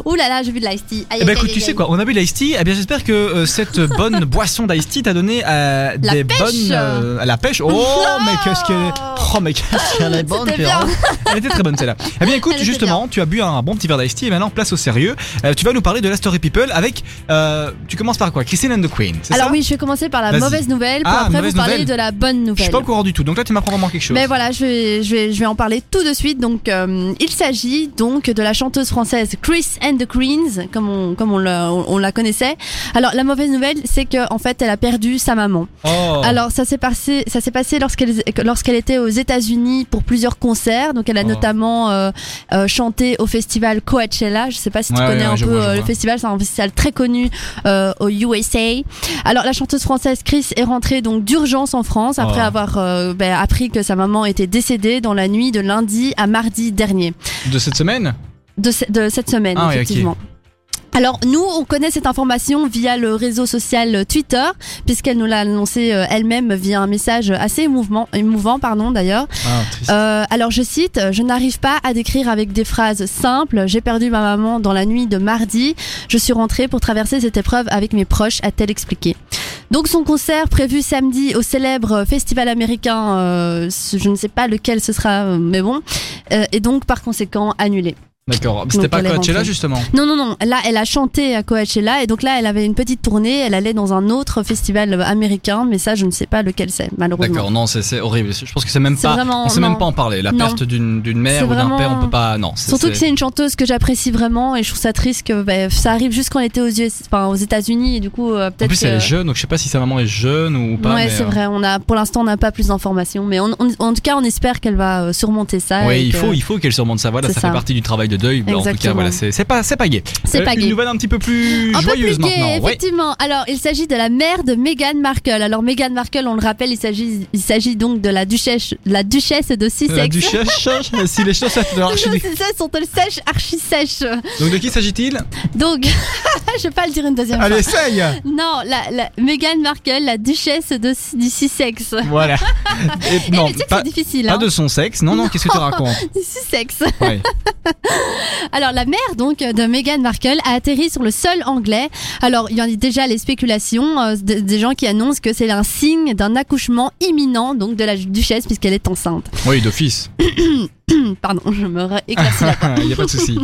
Speaker 3: Ouh là là, j'ai vu de l'ice tea. Aïe,
Speaker 2: Eh ben
Speaker 3: aïe,
Speaker 2: écoute,
Speaker 3: aïe,
Speaker 2: tu
Speaker 3: aïe.
Speaker 2: sais quoi, on a bu l'Ice Tea, eh bien j'espère que euh,
Speaker 3: [LAUGHS]
Speaker 2: cette bonne boisson d'Ice Tea t'a donné euh,
Speaker 3: La
Speaker 2: des
Speaker 3: pêche.
Speaker 2: bonnes... euh, à la pêche Oh mais qu'est-ce qu'elle est... Oh mais
Speaker 3: [LAUGHS]
Speaker 2: qu'est-ce qu'elle est bonne
Speaker 3: C'était
Speaker 2: Pierrot. Elle était très bonne celle-là. Eh bien écoute,
Speaker 3: Elle était
Speaker 2: justement, tu as bu un bon petit verre d'Ice Tea et maintenant place au sérieux. Euh, tu vas nous parler de la Story People avec... euh, tu commences par quoi Christine and the Queen, c'est
Speaker 3: Alors
Speaker 2: ça
Speaker 3: oui, je vais commencer par la
Speaker 2: Vas-y.
Speaker 3: mauvaise nouvelle pour
Speaker 2: Ah,
Speaker 3: après
Speaker 2: mauvaise
Speaker 3: vous parler
Speaker 2: nouvelle.
Speaker 3: de la bonne
Speaker 2: Je
Speaker 3: nouvelle.
Speaker 2: suis pas au courant du tout, donc là tu m'apprends vraiment quelque chose.
Speaker 3: Mais voilà, je vais, je, vais, je vais en parler tout de suite. Donc, euh, il s'agit donc de la chanteuse française Chris and the Queens, comme on, comme on, la, on, on la connaissait. Alors, la mauvaise nouvelle, c'est que en fait, elle a perdu sa maman.
Speaker 2: Oh.
Speaker 3: Alors, ça s'est passé, ça s'est passé lorsqu'elle lorsqu'elle était aux États-Unis pour plusieurs concerts. Donc, elle a
Speaker 2: Oh.
Speaker 3: notamment euh, euh, chanté au festival Coachella. Je sais pas si tu
Speaker 2: Ouais,
Speaker 3: connais
Speaker 2: ouais,
Speaker 3: un
Speaker 2: ouais, je
Speaker 3: peu
Speaker 2: vois, je
Speaker 3: euh, le
Speaker 2: vois.
Speaker 3: festival, c'est un festival très connu euh, aux USA. Alors, la chanteuse française Chris est rentrée donc d'urgence en France après
Speaker 2: Oh.
Speaker 3: avoir euh, ben, appris que sa maman était décédée dans la nuit de lundi à mardi dernier
Speaker 2: De cette semaine
Speaker 3: de, ce- de cette semaine,
Speaker 2: Ah oui,
Speaker 3: effectivement. Alors nous, on connaît cette information via le réseau social euh, Twitter, puisqu'elle nous l'a annoncé euh, elle-même via un message assez émouvant, émouvant pardon d'ailleurs.
Speaker 2: Ah, triste.
Speaker 3: Euh, alors je cite, je n'arrive pas à décrire avec des phrases simples. J'ai perdu ma maman dans la nuit de mardi. Je suis rentrée pour traverser cette épreuve avec mes proches, a-t-elle expliqué. Donc son concert prévu samedi au célèbre festival américain, euh, ce- je ne sais pas lequel ce sera, euh, mais bon, euh, est donc par conséquent annulé.
Speaker 2: D'accord, c'était
Speaker 3: donc
Speaker 2: pas
Speaker 3: elle est
Speaker 2: Coachella
Speaker 3: rentrée.
Speaker 2: justement
Speaker 3: Non, non, non. Là, elle a chanté à Coachella et donc là, elle avait une petite tournée. Elle allait dans un autre festival américain, mais ça, je ne sais pas lequel c'est, malheureusement.
Speaker 2: D'accord, non, c'est- c'est horrible. Je pense que c'est même
Speaker 3: C'est
Speaker 2: pas.
Speaker 3: vraiment-
Speaker 2: on sait même
Speaker 3: non.
Speaker 2: pas en parler. La
Speaker 3: Non.
Speaker 2: perte d'une d'une mère
Speaker 3: C'est
Speaker 2: ou d'un
Speaker 3: vraiment-
Speaker 2: père, on peut pas. Non. c'est-
Speaker 3: Surtout
Speaker 2: c'est-
Speaker 3: que c'est une chanteuse que j'apprécie vraiment et je trouve ça triste que bah, ça arrive juste quand elle était aux, US, enfin, aux États-Unis et du coup, euh,
Speaker 2: En
Speaker 3: peut-être.
Speaker 2: plus,
Speaker 3: que-
Speaker 2: elle est jeune, donc je sais pas si sa maman est jeune ou pas.
Speaker 3: ouais,
Speaker 2: mais,
Speaker 3: c'est
Speaker 2: euh,
Speaker 3: vrai. On a, pour l'instant, on n'a pas plus d'informations, mais on- on- en tout cas, on espère qu'elle va euh, surmonter ça.
Speaker 2: Oui,
Speaker 3: et
Speaker 2: il
Speaker 3: que-
Speaker 2: faut, il faut qu'elle surmonte sa voix. Là,
Speaker 3: C'est
Speaker 2: ça,
Speaker 3: ça.
Speaker 2: fait partie du travail de deuil. Bah, en tout cas,
Speaker 3: Exactement.
Speaker 2: voilà, c'est c'est pas, c'est pas gai.
Speaker 3: C'est pas
Speaker 2: Une
Speaker 3: gai.
Speaker 2: nouvelle un petit peu plus
Speaker 3: Un peu plus
Speaker 2: joyeuse
Speaker 3: gai,
Speaker 2: maintenant. ouais.
Speaker 3: effectivement. Alors, il s'agit de la mère de Meghan Markle. Alors, Meghan Markle, on le rappelle, il s'agit, il s'agit donc de la duchesse, la duchesse de Sussex.
Speaker 2: La
Speaker 3: [LAUGHS]
Speaker 2: duchesse, si les choses sont
Speaker 3: Les choses
Speaker 2: archi-
Speaker 3: de Sussex sont-elles sèches, archi sèches
Speaker 2: Donc de qui s'agit-il
Speaker 3: Donc, [LAUGHS] je vais pas le dire une deuxième
Speaker 2: Allez,
Speaker 3: fois.
Speaker 2: essaye
Speaker 3: Non, la, la Meghan Markle, la duchesse de, du Sussex.
Speaker 2: Voilà.
Speaker 3: [LAUGHS]
Speaker 2: Et
Speaker 3: Eh,
Speaker 2: non,
Speaker 3: mais tu sais que
Speaker 2: pas,
Speaker 3: c'est difficile,
Speaker 2: pas
Speaker 3: hein,
Speaker 2: de son sexe. Non, non, qu'est-ce
Speaker 3: [LAUGHS]
Speaker 2: que tu racontes
Speaker 3: du Sussex.
Speaker 2: Ouais.
Speaker 3: Alors la mère donc de Meghan Markle a atterri sur le sol anglais. Alors il y en a déjà les spéculations euh, de- des gens qui annoncent que c'est un signe d'un accouchement imminent donc de la duchesse puisqu'elle est enceinte.
Speaker 2: Oui, d'office. [LAUGHS]
Speaker 3: Hum, Pardon, je me ré- éclaircis là.
Speaker 2: Il n'y a pas de souci.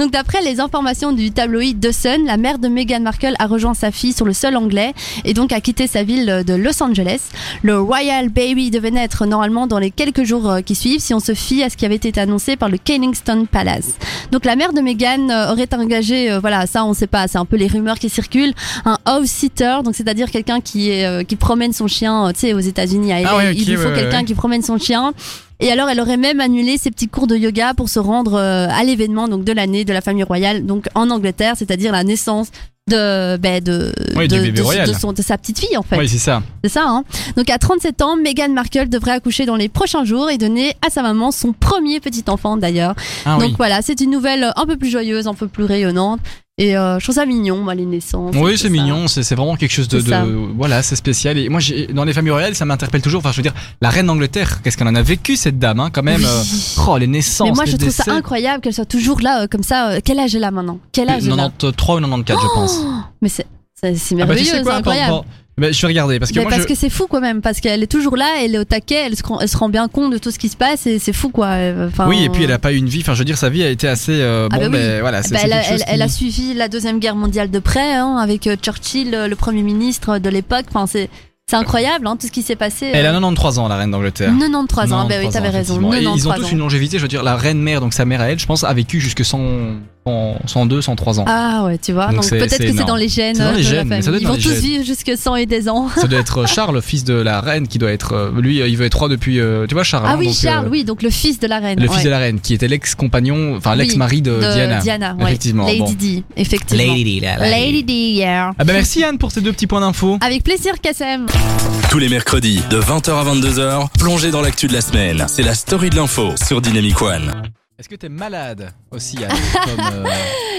Speaker 3: Donc d'après les informations du tabloïd The Sun, la mère de Meghan Markle a rejoint sa fille sur le sol anglais et donc a quitté sa ville de Los Angeles. Le Royal Baby devait naître normalement dans les quelques jours euh, qui suivent si on se fie à ce qui avait été annoncé par le Kensington Palace. Donc la mère de Meghan euh, aurait engagé, euh, voilà, ça on sait pas, c'est un peu les rumeurs qui circulent, un house sitter, donc c'est-à-dire quelqu'un qui est euh, qui promène son chien, euh, tu sais, aux États-Unis à LA,
Speaker 2: Ah ouais,
Speaker 3: il
Speaker 2: ok,
Speaker 3: lui faut
Speaker 2: ouais,
Speaker 3: quelqu'un
Speaker 2: ouais.
Speaker 3: qui promène son chien. Et alors, elle aurait même annulé ses petits cours de yoga pour se rendre euh, à l'événement donc de l'année de la famille royale, donc en Angleterre, c'est-à-dire la naissance de ben, de,
Speaker 2: Oui,
Speaker 3: de,
Speaker 2: du bébé
Speaker 3: de-
Speaker 2: royal.
Speaker 3: de son- de sa petite fille en fait.
Speaker 2: Oui, c'est ça.
Speaker 3: C'est ça. Hein donc à 37 ans, Meghan Markle devrait accoucher dans les prochains jours et donner à sa maman son premier petit enfant d'ailleurs.
Speaker 2: Ah
Speaker 3: donc
Speaker 2: oui.
Speaker 3: voilà, c'est une nouvelle euh, un peu plus joyeuse, un peu plus rayonnante. Et euh, je trouve ça mignon, moi, les naissances. et
Speaker 2: Oui,
Speaker 3: tout
Speaker 2: c'est
Speaker 3: ça.
Speaker 2: mignon, c'est c'est vraiment quelque chose de,
Speaker 3: C'est
Speaker 2: de-
Speaker 3: ça.
Speaker 2: voilà, c'est spécial. Et moi, j'ai- dans les familles royales, ça m'interpelle toujours. Enfin, je veux dire, la reine d'Angleterre, qu'est-ce qu'elle en a vécu cette dame, hein, quand même.
Speaker 3: Oui.
Speaker 2: euh, Oh, les naissances.
Speaker 3: Mais moi,
Speaker 2: les
Speaker 3: je trouve
Speaker 2: décès.
Speaker 3: ça incroyable qu'elle soit toujours là, euh, comme ça. euh, quel âge elle a maintenant Quel âge elle a
Speaker 2: 93 ou 94, je pense.
Speaker 3: Mais c'est c'est- c'est
Speaker 2: Ah bah,
Speaker 3: merveilleux,
Speaker 2: tu sais
Speaker 3: c'est
Speaker 2: quoi,
Speaker 3: Oh, incroyable.
Speaker 2: quand- quand- Bah, je vais regarder parce que
Speaker 3: Mais
Speaker 2: moi,
Speaker 3: parce
Speaker 2: je-
Speaker 3: que c'est fou quand même, parce qu'elle est toujours là, elle est au taquet, elle se, rend- elle se rend bien compte de tout ce qui se passe et c'est fou quoi. euh, Enfin,
Speaker 2: oui, et puis elle a pas eu une vie. Enfin, je veux dire, sa vie a été assez. euh,
Speaker 3: Ah
Speaker 2: bon,
Speaker 3: bah oui.
Speaker 2: mais voilà, c'est
Speaker 3: bah,
Speaker 2: c'est
Speaker 3: elle, a-
Speaker 2: quelque chose
Speaker 3: elle- elle a
Speaker 2: qui-
Speaker 3: suivi la deuxième guerre mondiale de près hein, avec euh, Churchill, euh, le premier ministre de l'époque. Enfin, c'est c'est incroyable hein, tout ce qui s'est passé.
Speaker 2: Elle a
Speaker 3: euh,
Speaker 2: 93 ans, la reine d'Angleterre.
Speaker 3: 93 ans. bah oui,
Speaker 2: 93
Speaker 3: t'avais
Speaker 2: ans,
Speaker 3: raison.
Speaker 2: effectivement. Et ils ont
Speaker 3: 93
Speaker 2: tous
Speaker 3: ans.
Speaker 2: une longévité. Je veux dire, la reine mère, donc sa mère à elle, je pense, a vécu jusque 100, 100, 102, 103 ans.
Speaker 3: Ah ouais, tu vois.
Speaker 2: Donc
Speaker 3: Donc,
Speaker 2: c'est-
Speaker 3: peut-être
Speaker 2: c'est
Speaker 3: que c'est
Speaker 2: énorme.
Speaker 3: dans les gènes.
Speaker 2: C'est dans
Speaker 3: euh,
Speaker 2: les
Speaker 3: de la
Speaker 2: gènes, mais ça
Speaker 3: famille.
Speaker 2: doit être
Speaker 3: Ils
Speaker 2: dans
Speaker 3: vont
Speaker 2: les
Speaker 3: tous
Speaker 2: gènes.
Speaker 3: vivre jusque 100 et des ans.
Speaker 2: Ça doit être euh, Charles, fils de la reine, qui doit être. euh, Lui, il veut être roi depuis. euh, Tu vois, Charles.
Speaker 3: Ah
Speaker 2: hein,
Speaker 3: oui,
Speaker 2: donc, euh,
Speaker 3: Charles, oui, donc le fils de la reine.
Speaker 2: Le
Speaker 3: ouais.
Speaker 2: fils de la reine, qui était l'ex-compagnon, enfin
Speaker 3: Oui,
Speaker 2: l'ex-mari de,
Speaker 3: de
Speaker 2: Diana.
Speaker 3: ouais.
Speaker 2: Effectivement,
Speaker 3: Lady
Speaker 2: bon.
Speaker 3: Di, effectivement.
Speaker 2: Di, la- la-
Speaker 3: Lady Di, yeah.
Speaker 2: Ah bah merci Anne pour ces deux petits points d'info.
Speaker 3: Avec plaisir, Kassem.
Speaker 1: Tous les mercredis de 20h à 22h, plongez dans l'actu de la semaine. C'est la story de l'info sur Dynamic One.
Speaker 2: Est-ce que t'es malade aussi Anne comme,
Speaker 3: [LAUGHS]
Speaker 2: euh,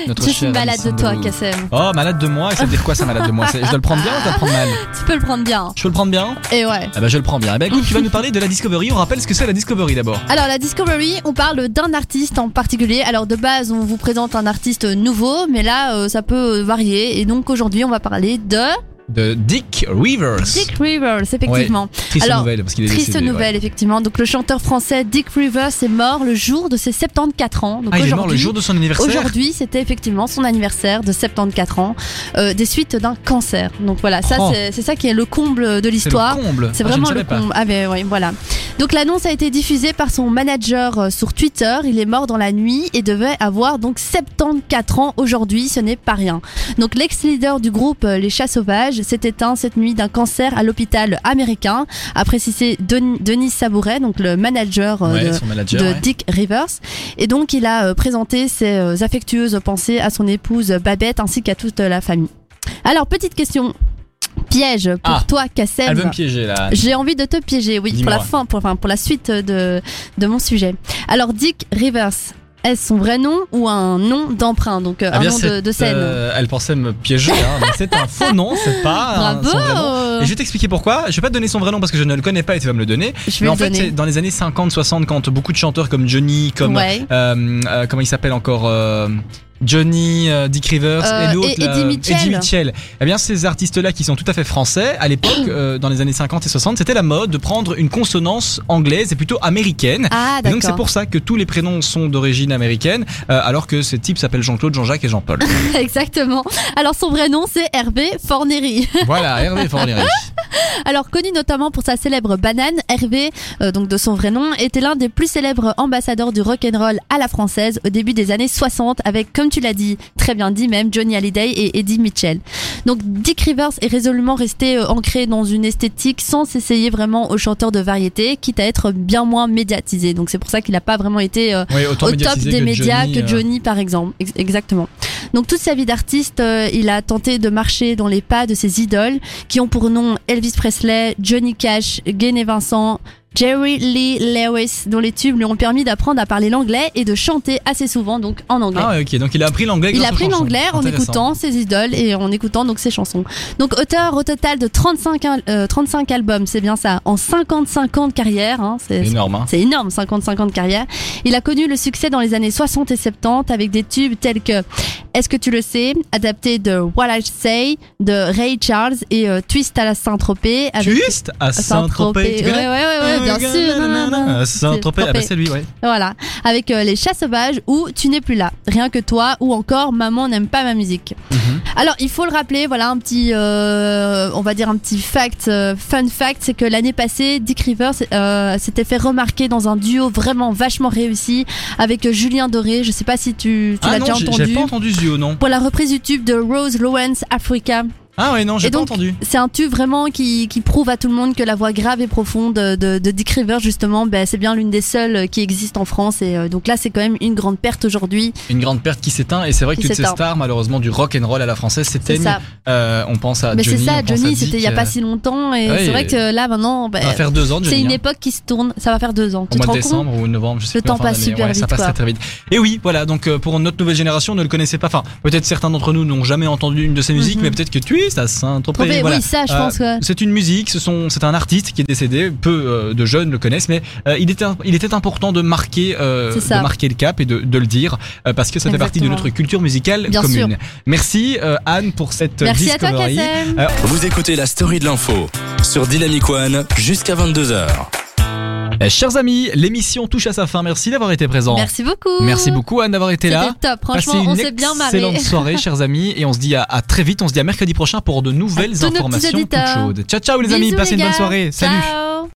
Speaker 2: notre
Speaker 3: Je suis
Speaker 2: chère
Speaker 3: malade de
Speaker 2: Alison
Speaker 3: toi,
Speaker 2: Bellou
Speaker 3: Kassem.
Speaker 2: Oh, malade de moi, et ça veut dire quoi ça, malade de moi C'est- Je dois le prendre bien ou je dois le prendre mal
Speaker 3: Tu peux le prendre bien.
Speaker 2: Je peux le prendre bien
Speaker 3: Et ouais.
Speaker 2: Ah bah je le prends bien. Eh bah écoute, tu vas nous parler de la Discovery, on rappelle ce que c'est la Discovery d'abord.
Speaker 3: Alors la Discovery, on parle d'un artiste en particulier. Alors de base, on vous présente un artiste nouveau, mais là, euh, ça peut euh, varier. Et donc aujourd'hui, on va parler de
Speaker 2: De Dick Rivers.
Speaker 3: Dick Rivers, effectivement.
Speaker 2: Triste
Speaker 3: Alors,
Speaker 2: nouvelle, parce qu'il est
Speaker 3: Triste
Speaker 2: décédé, ouais.
Speaker 3: nouvelle, effectivement. Donc le chanteur français Dick Rivers est mort le jour de ses 74 ans. Donc
Speaker 2: Ah, il est mort
Speaker 3: aujourd'hui-
Speaker 2: le jour de son anniversaire
Speaker 3: Aujourd'hui, c'était effectivement son anniversaire de 74 ans, euh, des suites d'un cancer. Donc voilà, ça
Speaker 2: Oh.
Speaker 3: c'est c'est ça qui est le comble de
Speaker 2: C'est le
Speaker 3: l'histoire.
Speaker 2: comble.
Speaker 3: C'est
Speaker 2: Ah, je ne
Speaker 3: vraiment le
Speaker 2: savais pas.
Speaker 3: comble. Ah ben oui, voilà. Donc l'annonce a été diffusée par son manager euh, sur Twitter. Il est mort dans la nuit et devait avoir donc 74 ans aujourd'hui. Ce n'est pas rien. Donc l'ex-leader du groupe euh, Les Chats Sauvages s'est éteint cette nuit d'un cancer à l'hôpital américain. A précisé Denis, Denis Sabouret, donc le manager euh,
Speaker 2: Ouais,
Speaker 3: de,
Speaker 2: son manager.
Speaker 3: de
Speaker 2: ouais.
Speaker 3: Dick Rivers. Et donc, il a euh, présenté ses euh, affectueuses pensées à son épouse euh, Babette ainsi qu'à toute la famille. Alors, petite question. Piège pour
Speaker 2: Ah.
Speaker 3: toi,
Speaker 2: Elle veut
Speaker 3: Kassem.
Speaker 2: me piéger là.
Speaker 3: J'ai envie de te piéger, oui, pour
Speaker 2: Dis-moi.
Speaker 3: la fin, pour, enfin, pour la suite de, de mon sujet. Alors, Dick Rivers, est-ce son vrai nom ou un nom d'emprunt Donc, euh,
Speaker 2: Ah
Speaker 3: un
Speaker 2: bien,
Speaker 3: nom de,
Speaker 2: c'est,
Speaker 3: de scène.
Speaker 2: euh, elle pensait me piéger, hein, mais c'est un faux nom, c'est pas un- ah, son vrai nom.
Speaker 3: Bravo
Speaker 2: Et je vais t'expliquer pourquoi. Je vais pas te donner son vrai nom parce que je ne le connais pas et tu vas me le donner.
Speaker 3: Je
Speaker 2: mais
Speaker 3: vais
Speaker 2: en
Speaker 3: le
Speaker 2: fait, c'est
Speaker 3: donner.
Speaker 2: dans les années 50-60, quand beaucoup de chanteurs comme Johnny, comme.
Speaker 3: Ouais.
Speaker 2: euh, euh, comment il s'appelle encore euh, Johnny, euh, Dick Rivers
Speaker 3: Euh,
Speaker 2: et l'autre.
Speaker 3: et- Eddie Mitchell.
Speaker 2: Mitchell. Eh bien, ces artistes-là qui sont tout à fait français, à l'époque, euh, dans les années 50 et 60, c'était la mode de prendre une consonance anglaise et plutôt américaine.
Speaker 3: Ah,
Speaker 2: Et donc c'est
Speaker 3: d'accord.
Speaker 2: pour ça que tous les prénoms sont d'origine américaine, euh, alors que ces types s'appellent Jean-Claude, Jean-Jacques et Jean-Paul.
Speaker 3: [LAUGHS]
Speaker 2: [LAUGHS]
Speaker 3: Exactement. Alors, son vrai nom, c'est Hervé Forneri.
Speaker 2: voilà, Hervé Fornery. [LAUGHS]
Speaker 3: Alors connu notamment pour sa célèbre banane, Hervé, euh, donc de son vrai nom, était l'un des plus célèbres ambassadeurs du rock'n'roll à la française au début des années 60 avec, comme comme tu l'as dit, très bien dit même, Johnny Hallyday et Eddie Mitchell. Donc Dick Rivers est résolument resté euh, ancré dans une esthétique sans s'essayer vraiment aux chanteurs de variété, quitte à être bien moins médiatisé. Donc c'est pour ça qu'il n'a pas vraiment été euh,
Speaker 2: Ouais, autant
Speaker 3: au top
Speaker 2: médiatisé
Speaker 3: des
Speaker 2: que
Speaker 3: médias
Speaker 2: Johnny, euh,
Speaker 3: que Johnny par exemple. Ex- exactement. Donc toute sa vie d'artiste, euh, il a tenté de marcher dans les pas de ses idoles qui ont pour nom Elvis Presley, Johnny Cash, Gainé Vincent, Jerry Lee Lewis, dont les tubes lui ont permis d'apprendre à parler l'anglais et de chanter assez souvent donc en anglais.
Speaker 2: Ah ouais, ok, donc il a appris l'anglais.
Speaker 3: Il
Speaker 2: grâce
Speaker 3: a
Speaker 2: aux
Speaker 3: pris
Speaker 2: chansons.
Speaker 3: l'anglais en
Speaker 2: Intéressant.
Speaker 3: écoutant ses idoles et en écoutant donc ses chansons. Donc auteur au total de 35, al- euh, 35 albums, c'est bien ça, en 55 ans de carrière, hein, c'est
Speaker 2: Énorme, hein.
Speaker 3: c'est énorme, 55 ans de carrière. Il a connu le succès dans les années 60 et 70 avec des tubes tels que Est-ce que tu le sais adapté de What I Say de Ray Charles et euh, Twist à la Saint-Tropez avec
Speaker 2: Twist à Saint-Tropez. tu
Speaker 3: Ouais, ouais,
Speaker 2: connais
Speaker 3: ouais, Ah, ouais, bien sûr.
Speaker 2: À Saint-Tropez, ah bah c'est lui, ouais.
Speaker 3: Voilà, avec euh, les chats sauvages ou tu n'es plus là, rien que toi ou encore maman n'aime pas ma musique.
Speaker 2: Mhm.
Speaker 3: Alors il faut le rappeler, voilà un petit, euh, on va dire un petit fact, euh, fun fact, c'est que l'année passée Dick Rivers euh, s'était fait remarquer dans un duo vraiment vachement réussi avec euh, Julien Doré. Je sais pas si tu, tu
Speaker 2: Ah
Speaker 3: l'as
Speaker 2: non,
Speaker 3: déjà
Speaker 2: j'ai-
Speaker 3: entendu.
Speaker 2: j'ai pas entendu Zio, non.
Speaker 3: Pour la reprise du tube de Rose Lawrence Africa.
Speaker 2: Ah ouais, non, j'ai
Speaker 3: Et
Speaker 2: pas
Speaker 3: donc,
Speaker 2: entendu.
Speaker 3: C'est un tube vraiment qui, qui prouve à tout le monde que la voix grave et profonde de, de Dick Rivers, justement, ben, c'est bien l'une des seules qui existe en France. Et euh, donc là, c'est quand même une grande perte aujourd'hui.
Speaker 2: Une grande perte qui s'éteint, et c'est vrai que
Speaker 3: Qui
Speaker 2: toutes ces
Speaker 3: s'éteint.
Speaker 2: stars, malheureusement, du rock and roll à la française
Speaker 3: C'est
Speaker 2: s'éteignent.
Speaker 3: ça.
Speaker 2: Euh, on pense à
Speaker 3: Mais
Speaker 2: Johnny.
Speaker 3: c'est ça,
Speaker 2: on pense à
Speaker 3: Johnny, c'était il
Speaker 2: Dick,
Speaker 3: n'y a
Speaker 2: euh,
Speaker 3: pas si longtemps. Et
Speaker 2: ouais,
Speaker 3: c'est vrai que là, maintenant, ben,
Speaker 2: On va faire deux ans de
Speaker 3: c'est
Speaker 2: Johnny.
Speaker 3: une
Speaker 2: hein.
Speaker 3: époque qui se tourne. Ça va faire deux ans.
Speaker 2: au
Speaker 3: Tu te
Speaker 2: mois de
Speaker 3: rends compte
Speaker 2: décembre ou novembre, je sais
Speaker 3: Le
Speaker 2: plus,
Speaker 3: temps
Speaker 2: en fin d'année.
Speaker 3: passe super
Speaker 2: Ouais, ça
Speaker 3: vite,
Speaker 2: passe
Speaker 3: quoi.
Speaker 2: très très vite. Et oui, voilà, donc euh, pour notre nouvelle génération, ne le connaissait pas. Enfin, peut-être certains d'entre nous n'ont jamais entendu une de ses musiques,
Speaker 3: Mhm.
Speaker 2: mais peut-être que tu es, ça Saint-Tropez.
Speaker 3: Trompé,
Speaker 2: voilà.
Speaker 3: Oui, ça, je
Speaker 2: Euh,
Speaker 3: pense que.
Speaker 2: C'est une musique, ce sont- c'est un artiste qui est décédé, peu euh, de jeunes le connaissent, mais euh, il, était, il était important de marquer, euh,
Speaker 3: C'est ça.
Speaker 2: de marquer le cap et de, de le dire, euh, parce que ça fait partie de
Speaker 3: Exactement.
Speaker 2: notre culture musicale
Speaker 3: Bien
Speaker 2: commune. Merci euh, Anne pour cette
Speaker 3: Merci à toi,
Speaker 2: discovery.
Speaker 3: Kassem.
Speaker 1: Vous écoutez la story de l'info sur Dynamic One jusqu'à 22h.
Speaker 2: Euh, Chers amis, l'émission touche à sa fin, merci d'avoir été présent.
Speaker 3: Merci beaucoup.
Speaker 2: Merci beaucoup Anne d'avoir été là.
Speaker 3: C'était top.
Speaker 2: Passez
Speaker 3: Franchement,
Speaker 2: une
Speaker 3: on s'est bien marré.
Speaker 2: Excellente
Speaker 3: [LAUGHS]
Speaker 2: soirée, chers amis, et on se dit à, à très vite. On se dit à mercredi prochain pour de nouvelles
Speaker 3: tous nos petits
Speaker 2: informations toutes
Speaker 3: auditeurs.
Speaker 2: chaudes. Ciao, ciao les amis,
Speaker 3: Bisous,
Speaker 2: passez une
Speaker 3: les
Speaker 2: bonne
Speaker 3: gars.
Speaker 2: soirée. Salut.
Speaker 3: Ciao.